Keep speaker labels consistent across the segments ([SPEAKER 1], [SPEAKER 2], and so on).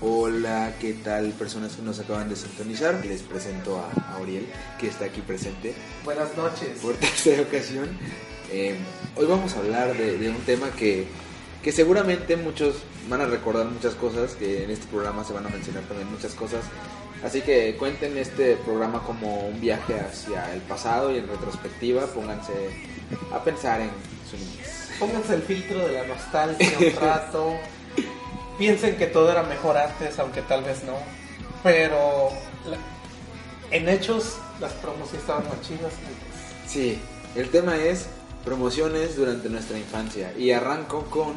[SPEAKER 1] Hola, ¿qué tal personas que nos acaban de sintonizar? Les presento a, a Oriel, que está aquí presente
[SPEAKER 2] Buenas noches.
[SPEAKER 1] por tercera ocasión. Eh, hoy vamos a hablar de, de un tema que, que seguramente muchos van a recordar muchas cosas, que en este programa se van a mencionar también muchas cosas. Así que cuenten este programa como un viaje hacia el pasado y en retrospectiva, pónganse a pensar en su niñez.
[SPEAKER 2] Pónganse el filtro de la nostalgia un rato. Piensen que todo era mejor antes, aunque tal vez no. Pero la- en hechos, las promos sí estaban más chidas. antes.
[SPEAKER 1] Sí, el tema es promociones durante nuestra infancia. Y arranco con.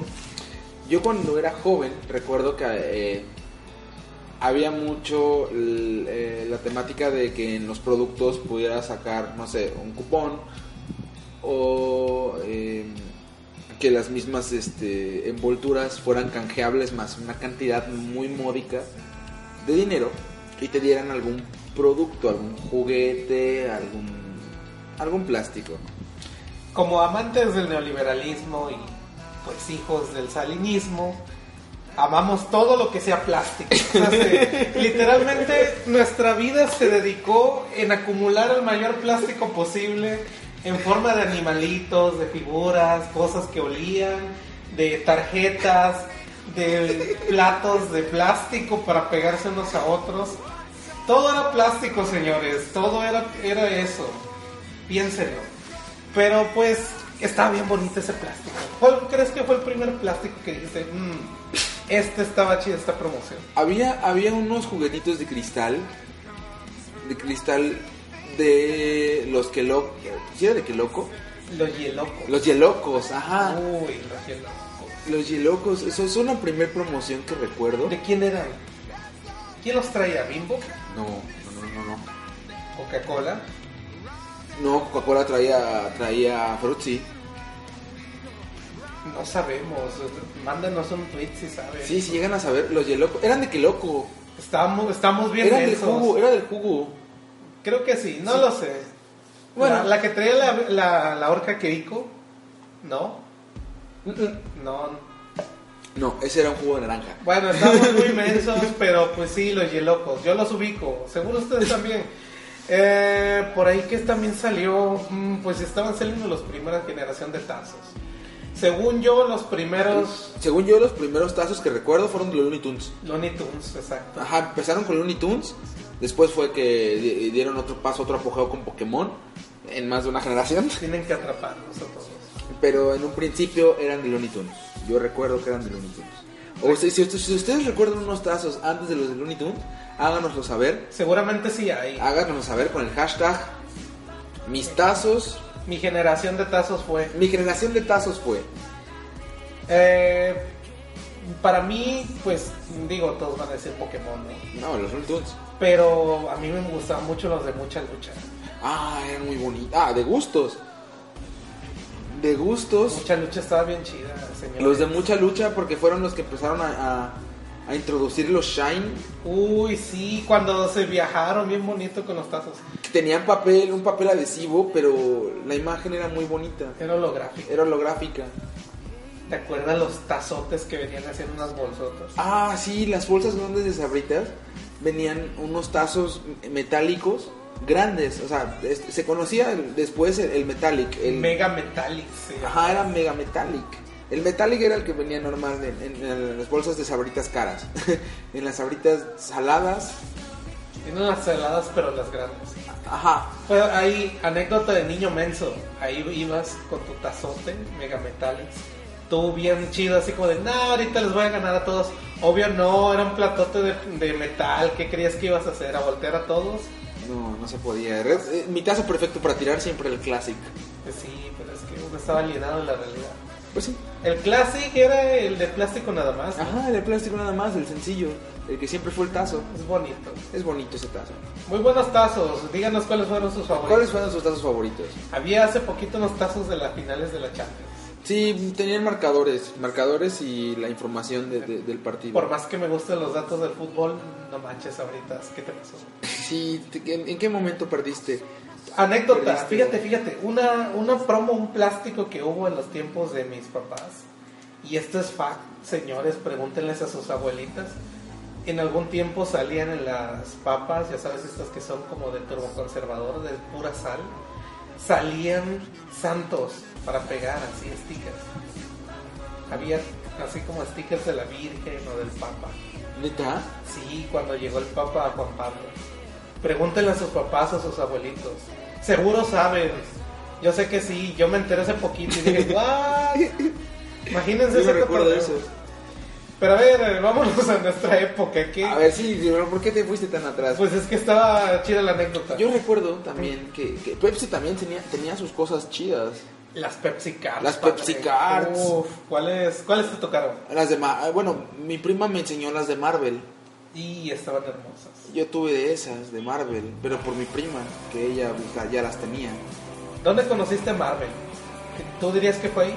[SPEAKER 1] Yo cuando era joven recuerdo que eh, había mucho l- eh, la temática de que en los productos pudiera sacar, no sé, un cupón o eh, que las mismas este, envolturas fueran canjeables más una cantidad muy módica de dinero y te dieran algún producto, algún juguete, algún algún plástico.
[SPEAKER 2] Como amantes del neoliberalismo y pues hijos del salinismo, amamos todo lo que sea plástico. O sea, se- literalmente nuestra vida se dedicó en acumular el mayor plástico posible en forma de animalitos, de figuras, cosas que olían, de tarjetas, de platos de plástico para pegarse unos a otros. Todo era plástico, señores, todo era, era eso. Piénsenlo. Pero pues estaba bien bonito ese plástico. ¿Cuál crees que fue el primer plástico que dijiste? "Mm, este estaba chido, esta promoción.
[SPEAKER 1] Había, había unos juguetitos de cristal, de cristal de los que loco, ¿sí era de que loco?
[SPEAKER 2] Los hielocos.
[SPEAKER 1] Los yelocos, ajá,
[SPEAKER 2] Uy, los hielocos.
[SPEAKER 1] los yelocos, eso es una primer promoción que recuerdo.
[SPEAKER 2] ¿De quién eran? ¿Quién los traía? ¿Bimbo?
[SPEAKER 1] No, no, no, no, no.
[SPEAKER 2] ¿Coca-Cola?
[SPEAKER 1] No, Coca-Cola traía, traía Fruitsy.
[SPEAKER 2] No sabemos. Mándanos un tweet si sabes.
[SPEAKER 1] Sí, sí, llegan a saber, los yelocos, eran de que loco,
[SPEAKER 2] Estamos, estamos bien
[SPEAKER 1] eran del
[SPEAKER 2] mensos.
[SPEAKER 1] jugo, eh. era del jugo.
[SPEAKER 2] Creo que sí, no lo sé.
[SPEAKER 1] Bueno.
[SPEAKER 2] la, la que traía la, la, la orca Keiko, ¿no?
[SPEAKER 1] Mm,
[SPEAKER 2] No,
[SPEAKER 1] No, ese era un jugo de naranja.
[SPEAKER 2] Bueno, estamos muy mensos, pero pues sí, los yelocos. Yo los ubico. Seguro ustedes también. Eh, por ahí que también salió, mm, pues estaban saliendo los primeras generación de tazos. Según yo, los primeros
[SPEAKER 1] Según yo, los primeros tazos que recuerdo fueron de los Looney Tunes.
[SPEAKER 2] Looney Tunes, exacto.
[SPEAKER 1] Ajá, empezaron con Looney Tunes. Después fue que di- dieron otro paso, otro apogeo con Pokémon. En más de una generación.
[SPEAKER 2] Tienen que atraparnos a todos.
[SPEAKER 1] Pero en un principio eran de Looney Tunes. Yo recuerdo que eran de Looney Tunes. O si, si- si ustedes recuerdan unos tazos antes de los de Looney Tunes, háganoslo saber.
[SPEAKER 2] Seguramente sí hay.
[SPEAKER 1] Háganoslo saber con el hashtag mis tazos.
[SPEAKER 2] Mi generación de tazos fue.
[SPEAKER 1] Mi generación de tazos fue.
[SPEAKER 2] eh, para mí, pues digo, todos van a decir Pokémon, ¿no?
[SPEAKER 1] No, los Looney Tunes.
[SPEAKER 2] Pero a mí me gustaban mucho los de mucha lucha.
[SPEAKER 1] Ah, eran muy bonitos. Ah, de gustos. De gustos.
[SPEAKER 2] Mucha lucha estaba bien chida, señor.
[SPEAKER 1] Los de mucha lucha porque fueron los que empezaron a, a- a introducir los Shine.
[SPEAKER 2] Uy, sí, cuando se viajaron bien bonito con los tazos.
[SPEAKER 1] que Tenían papel, un papel adhesivo, pero la imagen era muy bonita.
[SPEAKER 2] Era holográfico.
[SPEAKER 1] Era holográfica.
[SPEAKER 2] ¿Te acuerdas los tazotes que venían haciendo unas bolsotas?
[SPEAKER 1] Ah, sí, las bolsas grandes de sabritas venían unos tazos metálicos grandes. O sea, es- se conocía el- después el, el metallic. El,
[SPEAKER 2] Mega Metallic, sí.
[SPEAKER 1] Ajá, era mega metallic. El metallic era el que venía normal en, en- en las bolsas de sabritas caras. en las sabritas saladas.
[SPEAKER 2] Tienen unas heladas, pero las grandes.
[SPEAKER 1] Ajá,
[SPEAKER 2] Pues ahí, anécdota de niño menso. Ahí ibas con tu tazote, Mega Metallic. Tú bien chido, así como de, nah, ahorita les voy a ganar a todos. Obvio no, era un platote de, de metal. ¿Qué creías que ibas a hacer? ¿A voltear a todos?
[SPEAKER 1] No, no se podía. Red- eh, mi tazo perfecto para tirar siempre el Classic.
[SPEAKER 2] Pues sí, pero es que uno estaba alienado de la realidad.
[SPEAKER 1] Pues sí.
[SPEAKER 2] El Classic era el de plástico nada más. ¿no?
[SPEAKER 1] Ajá, el de plástico nada más, el sencillo. El que siempre fue el tazo.
[SPEAKER 2] Es bonito.
[SPEAKER 1] Es bonito ese tazo.
[SPEAKER 2] Muy buenos tazos. Díganos cuáles fueron sus favoritos.
[SPEAKER 1] ¿Cuáles fueron sus tazos favoritos?
[SPEAKER 2] Había hace poquito unos tazos de las finales de la Champions.
[SPEAKER 1] Sí, tenían marcadores. Marcadores y la información de- de- del partido.
[SPEAKER 2] Por más que me gusten los datos del fútbol, no manches ahorita. ¿Qué te pasó?
[SPEAKER 1] Sí, te- ¿en, en qué momento perdiste?
[SPEAKER 2] Anécdota.
[SPEAKER 1] Perdiste.
[SPEAKER 2] Fíjate, fíjate. Una, una promo, un plástico que hubo en los tiempos de mis papás. Y esto es fact, señores. Pregúntenles a sus abuelitas. en algún tiempo salían en las papas, ya sabes, estas que son como de turboconservador, de pura sal, salían santos para pegar así stickers. Había así como stickers de la Virgen o del Papa.
[SPEAKER 1] ¿Neta?
[SPEAKER 2] Sí, cuando llegó el Papa a Juan Pablo. Pregúntenle a sus papás, a sus abuelitos. Seguro saben. Yo sé que sí, yo me enteré hace poquito y dije, ¡guau! Imagínense
[SPEAKER 1] Yo no
[SPEAKER 2] ese
[SPEAKER 1] recuerdo
[SPEAKER 2] cotorreo.
[SPEAKER 1] eso.
[SPEAKER 2] Pero a ver, vámonos a nuestra época. ¿qué?
[SPEAKER 1] A ver, sí, pero ¿por qué te fuiste tan atrás?
[SPEAKER 2] Pues es que estaba chida la anécdota.
[SPEAKER 1] Yo recuerdo también que, que Pepsi también tenía, tenía sus cosas chidas.
[SPEAKER 2] Las Pepsi Cards.
[SPEAKER 1] Las
[SPEAKER 2] padre.
[SPEAKER 1] Pepsi Cards.
[SPEAKER 2] Uf, ¿cuáles, ¿cuáles te tocaron?
[SPEAKER 1] Las de Ma- ah, bueno, mi prima me enseñó las de Marvel.
[SPEAKER 2] Y estaban hermosas.
[SPEAKER 1] Yo tuve de esas de Marvel, pero por mi prima, que ella pues, la- ya las tenía.
[SPEAKER 2] ¿Dónde conociste a Marvel? ¿Tú dirías que fue ahí?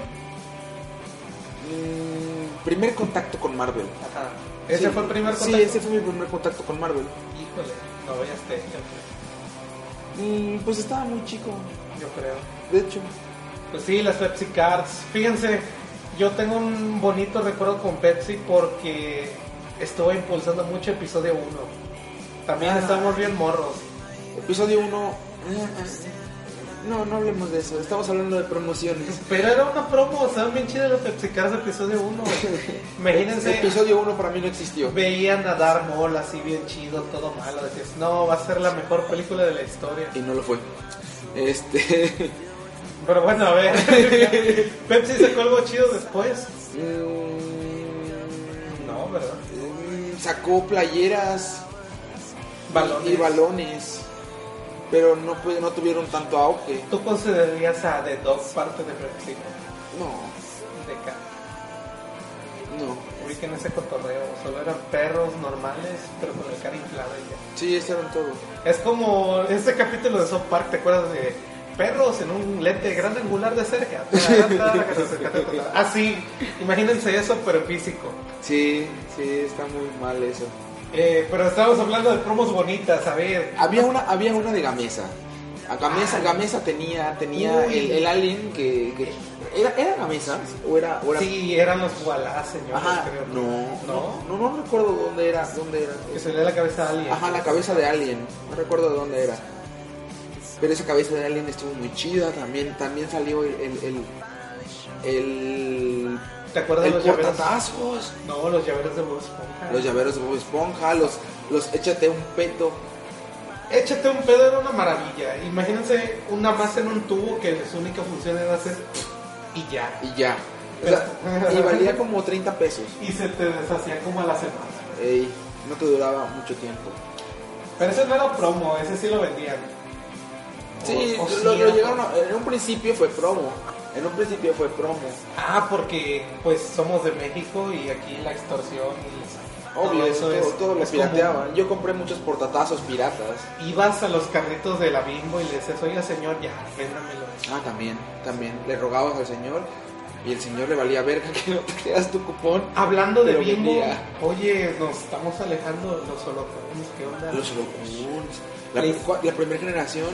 [SPEAKER 1] Mm, primer contacto con Marvel.
[SPEAKER 2] Ajá. ¿Ese
[SPEAKER 1] Sí.
[SPEAKER 2] fue el primer contacto?
[SPEAKER 1] Sí, ese fue mi primer contacto con Marvel.
[SPEAKER 2] Híjole, no veas tele,
[SPEAKER 1] Mm, pues estaba muy chico,
[SPEAKER 2] yo creo.
[SPEAKER 1] de hecho.
[SPEAKER 2] Pues sí, las Pepsi Cards. Fíjense, yo tengo un bonito recuerdo con Pepsi porque estuve impulsando mucho episodio 1. También
[SPEAKER 1] Ah.
[SPEAKER 2] estábamos bien morros.
[SPEAKER 1] Episodio 1... No, no hablemos de eso, estamos hablando de promociones.
[SPEAKER 2] Pero era una promo, estaban bien chidas las Pepsi Cards de episodio 1. Imagínense.
[SPEAKER 1] Episodio 1 para mí no existió.
[SPEAKER 2] Veían a Darth Maul así bien chido, todo malo. Decías, no, va a ser la mejor película de la historia.
[SPEAKER 1] Y no lo fue. Este...
[SPEAKER 2] Pero bueno, a ver. Pepsi sacó algo chido después.
[SPEAKER 1] mm,
[SPEAKER 2] No, ¿verdad?
[SPEAKER 1] mm, Sacó playeras
[SPEAKER 2] Balones.
[SPEAKER 1] y balones, pero no, pues, no tuvieron tanto auge.
[SPEAKER 2] ¿Tú considerarías a The Dog parte de Pepsi?
[SPEAKER 1] No,
[SPEAKER 2] De acá.
[SPEAKER 1] no.
[SPEAKER 2] Ubiquen ese cotorreo. Solo eran perros normales, pero con el cara inflada y ya.
[SPEAKER 1] Sí, estaban todos.
[SPEAKER 2] Es como este capítulo de South Park, ¿te acuerdas de perros en un lente gran angular de cerca? Así, Ah, imagínense eso, pero físico.
[SPEAKER 1] Sí, sí, está muy mal eso.
[SPEAKER 2] Eh, pero estábamos hablando de promos bonitas, a ver.
[SPEAKER 1] Había una, había una de Gamesa. A Gamesa, Gamesa tenía, tenía
[SPEAKER 2] Uy.
[SPEAKER 1] el, el alien que, que- ¿Era, era Gamesa? ¿O era, o era-
[SPEAKER 2] Sí, eran los Wallah, señores,
[SPEAKER 1] Ajá,
[SPEAKER 2] creo.
[SPEAKER 1] no,
[SPEAKER 2] ¿No?
[SPEAKER 1] no, no, no recuerdo dónde era, dónde era.
[SPEAKER 2] Que se le da la cabeza a alguien.
[SPEAKER 1] Ajá, la cabeza de Alien. No recuerdo de dónde era. Pero esa cabeza de Alien estuvo muy chida. También, también salió el. el, el, el,
[SPEAKER 2] ¿Te acuerdas de
[SPEAKER 1] el
[SPEAKER 2] los llaveros?
[SPEAKER 1] portatascos.
[SPEAKER 2] No, los llaveros de Bob Esponja.
[SPEAKER 1] Los llaveros de Bob Esponja. Los, los échate un peto.
[SPEAKER 2] Échate un pedo era una maravilla. Imagínense una más en un tubo que su única función era hacer y ya.
[SPEAKER 1] Y ya. O sea, y valía como 30 pesos.
[SPEAKER 2] Y se te deshacía como a la semana.
[SPEAKER 1] Ey, no te duraba mucho tiempo.
[SPEAKER 2] Pero ese no era promo, ese sí lo vendían.
[SPEAKER 1] Sí,
[SPEAKER 2] O- o
[SPEAKER 1] lo, lo
[SPEAKER 2] era-
[SPEAKER 1] llegaron a- en un principio fue promo. En un principio fue promo.
[SPEAKER 2] Ah, porque pues somos de México y aquí la extorsión y
[SPEAKER 1] Obvio,
[SPEAKER 2] todo eso
[SPEAKER 1] todo,
[SPEAKER 2] es.
[SPEAKER 1] todo lo
[SPEAKER 2] es común.
[SPEAKER 1] pirateaban. Yo compré muchos portatazos piratas.
[SPEAKER 2] Ibas a los carritos de la Bimbo y le decías, oiga señor, ya, véndamelo.
[SPEAKER 1] Ah, también, también. Le rogabas al señor y el señor le valía verga que no te quedas tu cupón. Ah,
[SPEAKER 2] Hablando de
[SPEAKER 1] Pero
[SPEAKER 2] Bimbo,
[SPEAKER 1] vendía.
[SPEAKER 2] oye, nos estamos alejando de los holocones, ¿qué onda?
[SPEAKER 1] Los locuns. La, la primera generación,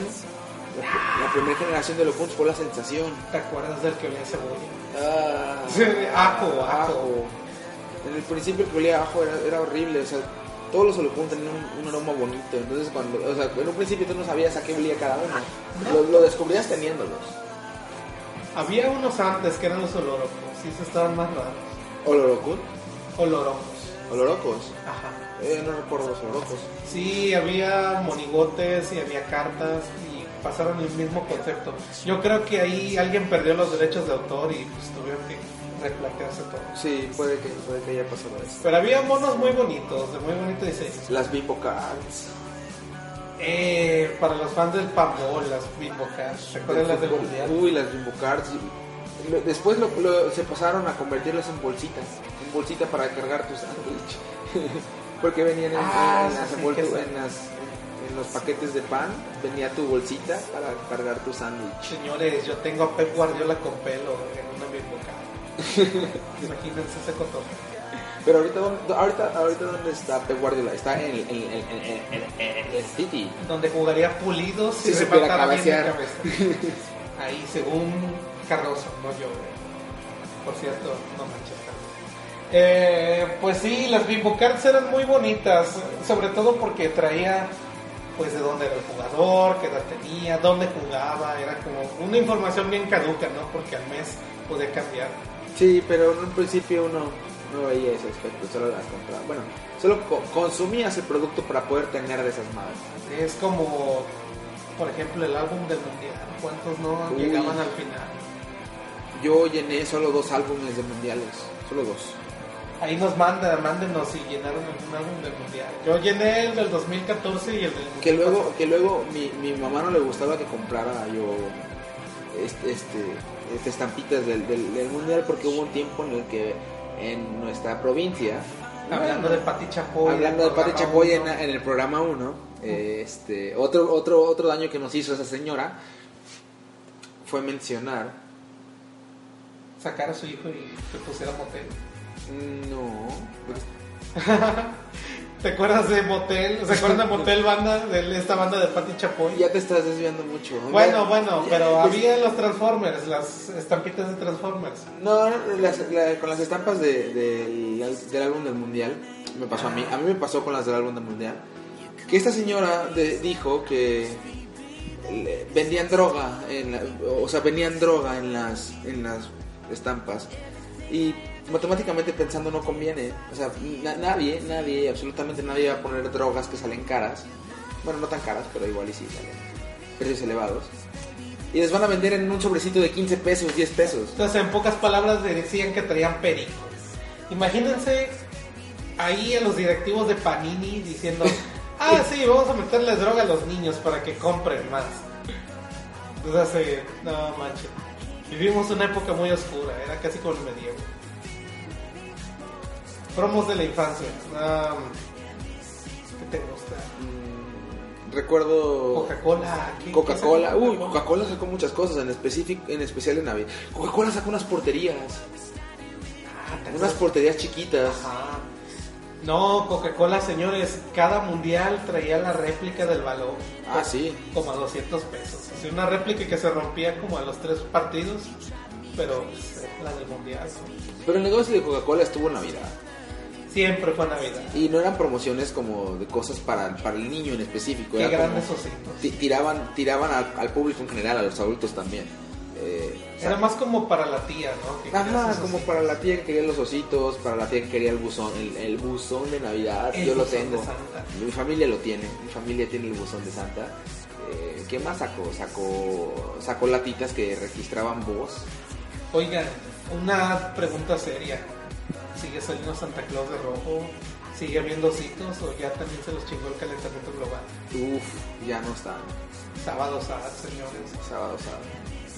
[SPEAKER 1] la, pr- la primera generación de locuns fue la sensación.
[SPEAKER 2] ¿Te acuerdas del que olía a cebolla?
[SPEAKER 1] Ah,
[SPEAKER 2] Sí, ajo, ajo.
[SPEAKER 1] ajo. En el principio que olía a ajo era, era horrible, o sea, todos los holocuns tenían un, un aroma bonito. Entonces, cuando, o sea, en un principio tú no sabías a qué olía cada uno. Lo, lo descubrías teniéndolos.
[SPEAKER 2] Había unos antes que eran los olorocos, sí, esos estaban más raros.
[SPEAKER 1] ¿Olorocun?
[SPEAKER 2] Olorocos,
[SPEAKER 1] ¿Olorocos?
[SPEAKER 2] ajá.
[SPEAKER 1] Eh, no recuerdo los olorocos.
[SPEAKER 2] Sí, había monigotes y había cartas y pasaron el mismo concepto. Yo creo que ahí alguien perdió los derechos de autor y pues tuvieron que replantearse todo.
[SPEAKER 1] Sí, puede que, puede que haya pasado eso.
[SPEAKER 2] Pero había monos muy bonitos, de muy bonito diseño.
[SPEAKER 1] Las Bimbo Cards.
[SPEAKER 2] Eh, para los fans del Pambol, las Bimbo Cash, ¿se acuerdan las del Mundial?
[SPEAKER 1] Uy, las Bimbo Cards. Lo- Después lo- lo- se pasaron a convertirlas en bolsitas. En bolsita para cargar tu sándwich. Porque venían en,
[SPEAKER 2] Ah,
[SPEAKER 1] en
[SPEAKER 2] sí,
[SPEAKER 1] las
[SPEAKER 2] sí,
[SPEAKER 1] envoltu-
[SPEAKER 2] que sí.
[SPEAKER 1] en las- en los paquetes de pan. Venía tu bolsita para cargar tu sándwich.
[SPEAKER 2] Señores, yo tengo a Pep Guardiola con pelo en una Bimbo Cash. Imagínense ese cotorreo.
[SPEAKER 1] Pero ahorita, ¿dónde- ahorita, ahorita ¿dónde está Pep Guardiola? Está en el, en, en- en- en- en- en el City.
[SPEAKER 2] donde jugaría pulido si
[SPEAKER 1] Si
[SPEAKER 2] se
[SPEAKER 1] supiera
[SPEAKER 2] matara bien de
[SPEAKER 1] cabecear.
[SPEAKER 2] cabeza. Ahí, según Carroso, no yo. güey. Por cierto, no manches. Carlos. Eh, pues sí, las Bimbo Cards eran muy bonitas, sobre todo porque traía pues de dónde era el jugador, qué edad tenía, dónde jugaba, era como una información bien caduca, ¿no? Porque al mes podía cambiar.
[SPEAKER 1] Sí, pero en un principio uno no veía ese aspecto, solo las compraba. Bueno, solo co- consumías el producto para poder tener de esas madres.
[SPEAKER 2] Es como, por ejemplo, el álbum del mundial, ¿cuántos no
[SPEAKER 1] Uy.
[SPEAKER 2] llegaban al final?
[SPEAKER 1] Yo llené solo dos álbumes de mundiales, solo dos.
[SPEAKER 2] Ahí nos mandan, mándenos si llenaron algún álbum del mundial. Yo llené el del 2014 y el del
[SPEAKER 1] Que
[SPEAKER 2] mundial
[SPEAKER 1] luego, que luego mi, mi mamá no le gustaba que comprara yo este, este, este estampitas del, del, del mundial porque hubo un tiempo en el que en nuestra provincia
[SPEAKER 2] pasado. Hablando de Pati Chapoy.
[SPEAKER 1] Hablando de
[SPEAKER 2] del
[SPEAKER 1] Pati
[SPEAKER 2] programa
[SPEAKER 1] Chapoy en,
[SPEAKER 2] uno.
[SPEAKER 1] en el programa 1, este, otro, otro, otro daño que nos hizo esa señora fue mencionar,
[SPEAKER 2] Sacar a su hijo y le pusiera motel.
[SPEAKER 1] no,
[SPEAKER 2] ¿Te acuerdas de Motel? ¿Se acuerdan de Motel Banda? De esta banda de Pati Chapoy.
[SPEAKER 1] ya te estás desviando mucho. ¿no?
[SPEAKER 2] Bueno, bueno,
[SPEAKER 1] Ya-
[SPEAKER 2] pero
[SPEAKER 1] ya-
[SPEAKER 2] había los Transformers, las estampitas de Transformers.
[SPEAKER 1] No, las- la- con las estampas de- del al- del álbum del mundial, me pasó a mí, a mí me pasó con las del álbum del mundial, que esta señora de- dijo que le- vendían droga, en la- o sea, venían droga en las, en las estampas. Y matemáticamente pensando no conviene, o sea, na- nadie, nadie, absolutamente nadie va a poner drogas que salen caras, bueno, no tan caras, pero igual y sí, salen precios elevados. Y les van a vender en un sobrecito de 15 pesos, 10 pesos.
[SPEAKER 2] Entonces, en pocas palabras, le decían que traían pericos. Imagínense ahí a los directivos de Panini diciendo: Ah, sí, vamos a meterle droga a los niños para que compren más. Entonces, eh, no manches. Vivimos una época muy oscura, era casi como el medievo. Promos de la infancia. Ah, ¿Qué te gusta?
[SPEAKER 1] Mm, Recuerdo
[SPEAKER 2] Coca-Cola. ¿qué- qué
[SPEAKER 1] Coca-Cola.
[SPEAKER 2] sacó
[SPEAKER 1] Uy, Coca-Cola sacó muchas cosas, en, específico, en especial en Navidad. Coca-Cola sacó unas porterías,
[SPEAKER 2] Ah, ¿te
[SPEAKER 1] unas
[SPEAKER 2] acuerdas?
[SPEAKER 1] porterías chiquitas.
[SPEAKER 2] Ajá. No, Coca-Cola, señores, cada mundial traía la réplica del balón.
[SPEAKER 1] Ah, sí.
[SPEAKER 2] Como a 200 pesos. Así, una réplica que se rompía como a los tres partidos, pero pues, era la del mundial. ¿no?
[SPEAKER 1] Pero el negocio de Coca-Cola estuvo en Navidad.
[SPEAKER 2] Siempre fue Navidad.
[SPEAKER 1] Y no eran promociones como de cosas para, para el niño en específico.
[SPEAKER 2] Qué
[SPEAKER 1] era
[SPEAKER 2] grandes
[SPEAKER 1] como-
[SPEAKER 2] ositos.
[SPEAKER 1] ti- tiraban tiraban al, al público en general, a los adultos también. Eh, o sea,
[SPEAKER 2] Era más como para la tía, ¿no? Que quería
[SPEAKER 1] Ajá,
[SPEAKER 2] sus
[SPEAKER 1] como
[SPEAKER 2] ositos.
[SPEAKER 1] para la tía que quería los ositos, para la tía que quería el buzón, el, el buzón de Navidad,
[SPEAKER 2] El
[SPEAKER 1] yo lo
[SPEAKER 2] buzón de
[SPEAKER 1] tengo.
[SPEAKER 2] Santa.
[SPEAKER 1] Mi familia lo tiene, mi familia tiene el buzón de Santa. Eh, ¿Qué más sacó? Sacó, sacó latitas que registraban voz.
[SPEAKER 2] Oigan, una pregunta seria. ¿Sigue saliendo Santa Claus de rojo? ¿Sigue habiendo ositos o ya también se los chingó el calentamiento global?
[SPEAKER 1] Uf, ya no están.
[SPEAKER 2] Sábado, sábado, señores.
[SPEAKER 1] Sábado, sábado.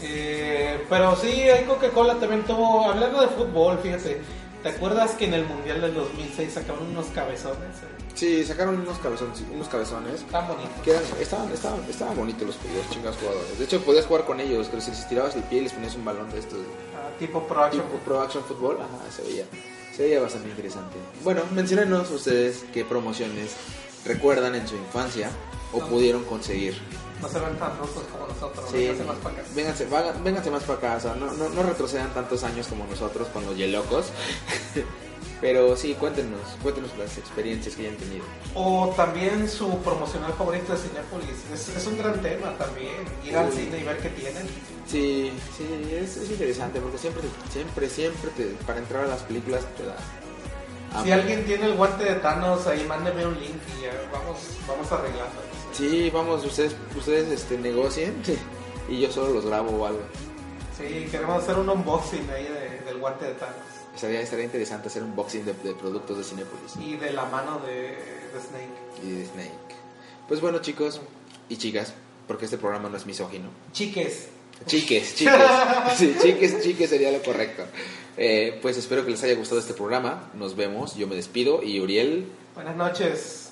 [SPEAKER 2] Eh, pero sí, hay Coca-Cola también tuvo, hablando de fútbol, fíjate, ¿te acuerdas que en el Mundial del 2006 sacaron unos cabezones? Eh,
[SPEAKER 1] Sí, sacaron unos cabezones, unos cabezones.
[SPEAKER 2] Tan bonitos.
[SPEAKER 1] Que eran, estaban, estaban, estaban bonitos los, los chingados jugadores. De hecho, podías jugar con ellos, pero si les tirabas el pie y les ponías un balón de estos.
[SPEAKER 2] Ah, tipo Pro Action.
[SPEAKER 1] tipo Pro Action Football, ajá, se veía, se veía bastante interesante. Bueno, menciónenos ustedes qué promociones recuerdan en su infancia o
[SPEAKER 2] No.
[SPEAKER 1] pudieron conseguir.
[SPEAKER 2] No se ven tan rotos como nosotros,
[SPEAKER 1] Sí,
[SPEAKER 2] no se más para acá.
[SPEAKER 1] vénganse, vagan- vénganse más para casa, no, no, no retrocedan tantos años como nosotros con los yelocos. Pero sí, cuéntenos, cuéntenos las experiencias que hayan tenido.
[SPEAKER 2] O también su promocional favorito de Cinepolis. Es, es un gran tema también, ir al
[SPEAKER 1] Uy.
[SPEAKER 2] cine y ver qué tienen.
[SPEAKER 1] Sí, sí, es, es interesante porque siempre, siempre, siempre te- para entrar a las películas te da...
[SPEAKER 2] Si
[SPEAKER 1] hambre.
[SPEAKER 2] alguien tiene el guante de Thanos, ahí mándeme un link y ya vamos, vamos arreglando.
[SPEAKER 1] Sí, vamos, ustedes, ustedes este, negocien y yo solo los grabo o algo.
[SPEAKER 2] Sí, queremos hacer un unboxing ahí de- del guante de Thanos.
[SPEAKER 1] Estaría, estaría interesante hacer un boxing de, de productos de Cinepolis
[SPEAKER 2] y de la mano de, de Snake.
[SPEAKER 1] y de Snake. Pues bueno, chicos y chicas, porque este programa no es misógino.
[SPEAKER 2] Chiques,
[SPEAKER 1] Chiques, chiques. Sí, chiques, chiques sería lo correcto. Eh, pues espero que les haya gustado este programa. Nos vemos. Yo me despido y Uriel
[SPEAKER 2] buenas noches.